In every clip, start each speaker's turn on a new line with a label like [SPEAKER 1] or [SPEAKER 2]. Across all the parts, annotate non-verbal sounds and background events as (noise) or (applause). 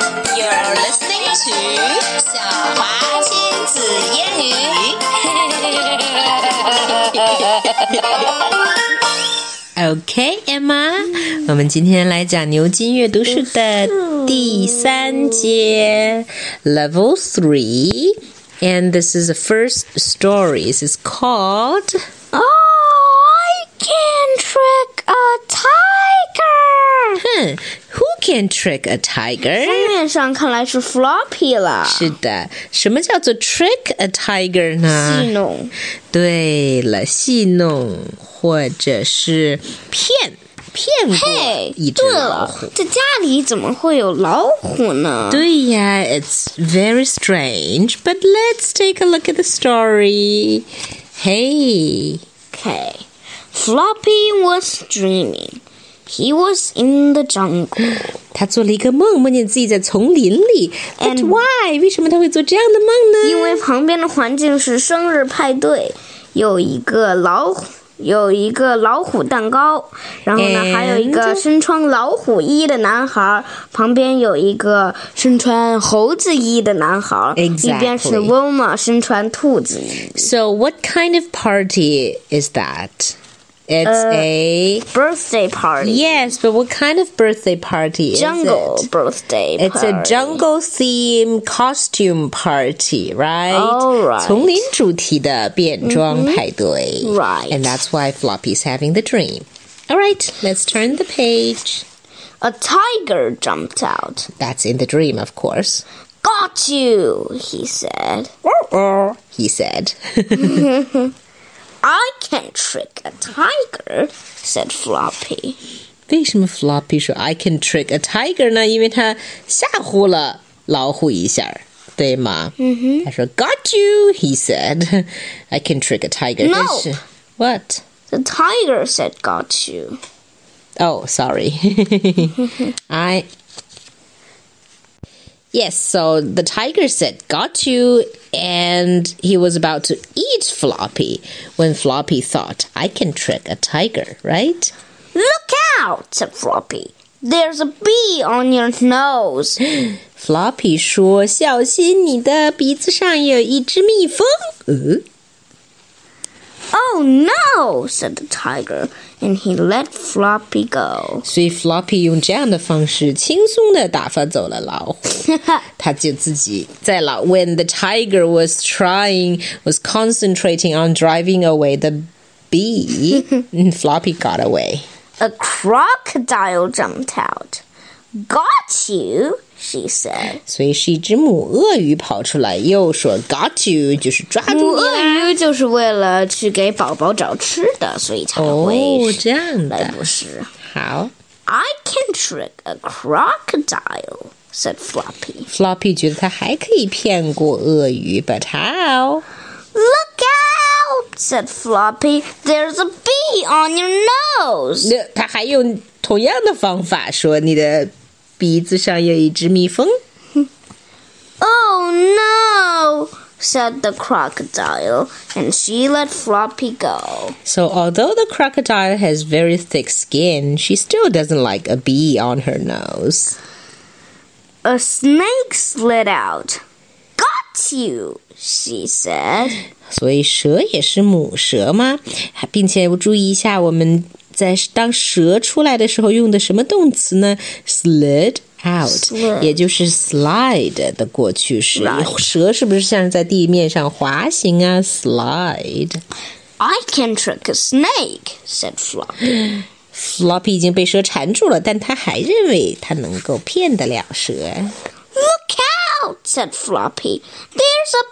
[SPEAKER 1] You're listening to 小华亲
[SPEAKER 2] (laughs)
[SPEAKER 1] 子英语。
[SPEAKER 2] OK, Emma，、我们今天来讲牛津阅读室的第三节，Level Three。And this is the first story. It's called
[SPEAKER 3] Oh, I can trick a tiger.
[SPEAKER 2] 哼 Who Can Trick a Tiger？
[SPEAKER 3] 封面上看来是 floppy 了，
[SPEAKER 2] 是的，什么叫做 trick a tiger 呢？
[SPEAKER 3] 戏弄。
[SPEAKER 2] 对了，戏弄或者是骗骗过
[SPEAKER 3] 嘿，
[SPEAKER 2] 一只
[SPEAKER 3] 对
[SPEAKER 2] 老
[SPEAKER 3] 了
[SPEAKER 2] 虎。，
[SPEAKER 3] 在家里怎么会有老虎呢？
[SPEAKER 2] 对呀，It's very strange, but let's take a look at the story. Hey,
[SPEAKER 3] Okay. Floppy was dreaming. He was in the jungle.
[SPEAKER 2] 他做了一个梦，梦见自己在丛林里。But
[SPEAKER 3] And-
[SPEAKER 2] why？为什么他会做这样的梦呢？
[SPEAKER 3] 因为旁边的环境是生日派对，有一个老虎，有一个老虎蛋糕，然后呢
[SPEAKER 2] And-
[SPEAKER 3] 还有一个身穿老虎衣的男孩，旁边有一个身穿猴子衣的男孩
[SPEAKER 2] Exactly.
[SPEAKER 3] 一边是 Wilma 身穿兔子衣。
[SPEAKER 2] So, what kind of party is that? It's a
[SPEAKER 3] Birthday party,
[SPEAKER 2] yes, but what kind of birthday party
[SPEAKER 3] jungle
[SPEAKER 2] is it?
[SPEAKER 3] birthday party.
[SPEAKER 2] It's a jungle theme costume party, right?
[SPEAKER 3] All right.
[SPEAKER 2] 丛林主题的变装派对.
[SPEAKER 3] Mm-hmm. Right.
[SPEAKER 2] And that's why Floppy's having the dream. All right, let's turn the page.
[SPEAKER 3] A tiger jumped out.
[SPEAKER 2] That's in the dream, of course.
[SPEAKER 3] Got you, he said.
[SPEAKER 2] He said. (laughs)
[SPEAKER 3] I can trick a tiger, said Floppy.
[SPEAKER 2] 为什么 Floppy 说 I can trick a tiger 呢？因为他吓唬了老虎一下，对吗？嗯哼。他说 Got you, he said. (laughs) I can trick a tiger.
[SPEAKER 3] No.
[SPEAKER 2] 但是- What?
[SPEAKER 3] The tiger said, Got you.
[SPEAKER 2] Oh, sorry. (laughs) I. Yes, so the tiger said, Got you, and he was about to eat Floppy when Floppy thought, I can trick a tiger, right?
[SPEAKER 3] Look out, said Floppy. There's a bee on your nose.
[SPEAKER 2] Floppy 说：“小心你的鼻子上有一只蜜蜂。”呃
[SPEAKER 3] Oh no, said the tiger, and he let Floppy go. (laughs)
[SPEAKER 2] 所以 Floppy 用这样的方式轻松的打发走了老虎。他就自己在老。When the tiger was trying was concentrating on driving away the (laughs) bee, Floppy got away.
[SPEAKER 3] a crocodile jumped out. Got you, she said.
[SPEAKER 2] 所以是一只母鳄鱼跑出来，又说 “got you”，就是抓住你啦。
[SPEAKER 3] uh,
[SPEAKER 2] Oh, 哦，这样的，好。
[SPEAKER 3] I can trick a crocodile, said Floppy.
[SPEAKER 2] Floppy 觉得他还可以骗过鳄鱼，but how？
[SPEAKER 3] Look out, said Floppy. There's a bee on your nose.
[SPEAKER 2] 那他还用同样的方法说你的鼻子上有一只蜜蜂。
[SPEAKER 3] Oh no, said the crocodile, and she let Floppy go.
[SPEAKER 2] So although the crocodile has very thick skin, she still doesn't like a bee on her nose.
[SPEAKER 3] A snake slid out. Got you, she said.
[SPEAKER 2] 所以蛇也是母蛇吗？还并且注意一下我们在当蛇出来的时候用的什么动词呢？slid out，
[SPEAKER 3] Slid
[SPEAKER 2] 也就是 slide 的过去式。
[SPEAKER 3] Right
[SPEAKER 2] 蛇是不是像在地面上滑行啊？slide。
[SPEAKER 3] I can trick a snake, said Floppy.
[SPEAKER 2] Floppy 已经被蛇缠住了，但他还认为他能够骗得了蛇。
[SPEAKER 3] Look out, said Floppy. There's a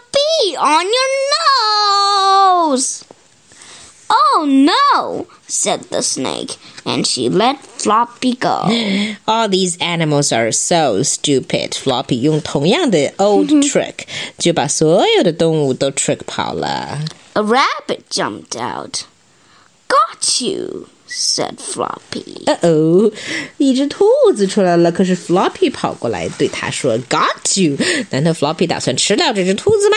[SPEAKER 3] bee on your nose. Oh no, said the snake, and she let Floppy go.
[SPEAKER 2] All these animals are so stupid. Floppy 用同样的 old trick 就把所有的动物都 trick 跑了。
[SPEAKER 3] A rabbit jumped out. Got you, said Floppy.
[SPEAKER 2] 哦哦，一只兔子出来了，可是 Floppy 跑过来对他说：“Got you！” 难道 Floppy 打算吃掉这只兔子吗？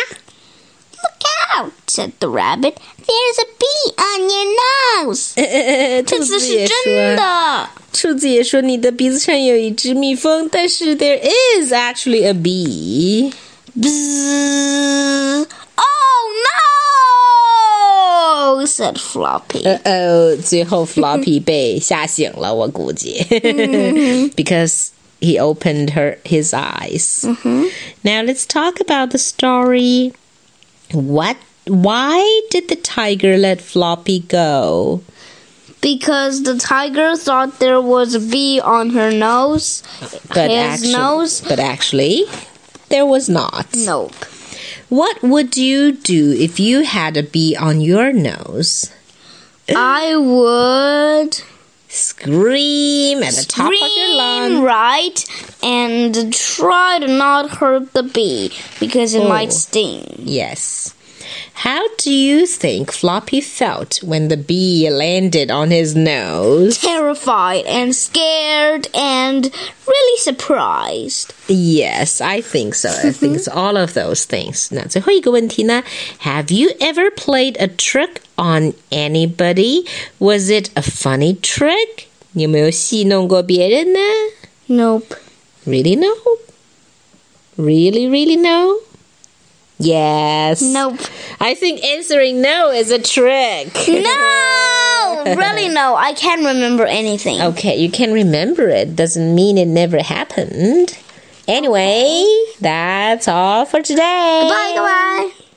[SPEAKER 3] Look out, said the rabbit. There's a bee on your nose. 这次是真的。
[SPEAKER 2] 兔子也说你的鼻子上有一只蜜蜂，但是 there is actually a bee。
[SPEAKER 3] Bzzz. Oh no! said Floppy.
[SPEAKER 2] 呃哦，最后 Floppy 被吓醒了，我估计 (laughs) ，because he opened her his eyes.
[SPEAKER 3] Mm-hmm.
[SPEAKER 2] Now let's talk about the story. What? Why did the tiger let Floppy go?
[SPEAKER 3] because the tiger thought there was a bee on her nose.
[SPEAKER 2] But
[SPEAKER 3] his
[SPEAKER 2] actually,
[SPEAKER 3] nose?
[SPEAKER 2] but actually, there was not.
[SPEAKER 3] Nope.
[SPEAKER 2] What would you do if you had a bee on your nose?
[SPEAKER 3] I would
[SPEAKER 2] Scream at the top of your lungs.
[SPEAKER 3] scream right and try to not hurt the bee because it might
[SPEAKER 2] Oh.
[SPEAKER 3] sting.
[SPEAKER 2] Yes. How do you think Floppy felt when the bee landed on his nose?
[SPEAKER 3] Terrified and scared and really surprised.
[SPEAKER 2] Yes, I think so. I think it's all of those things. 那最后一个问题呢？Have you ever played a trick on anybody? Was it a funny trick? 你有没有戏弄过别人呢？
[SPEAKER 3] Nope.
[SPEAKER 2] Really no? Really, really no? Yes.
[SPEAKER 3] Nope.
[SPEAKER 2] I think answering no is a trick. (laughs)
[SPEAKER 3] No! really, no. I can't remember anything.
[SPEAKER 2] Okay, you can remember it doesn't mean it never happened. Anyway, that's all for today.
[SPEAKER 3] Bye, goodbye.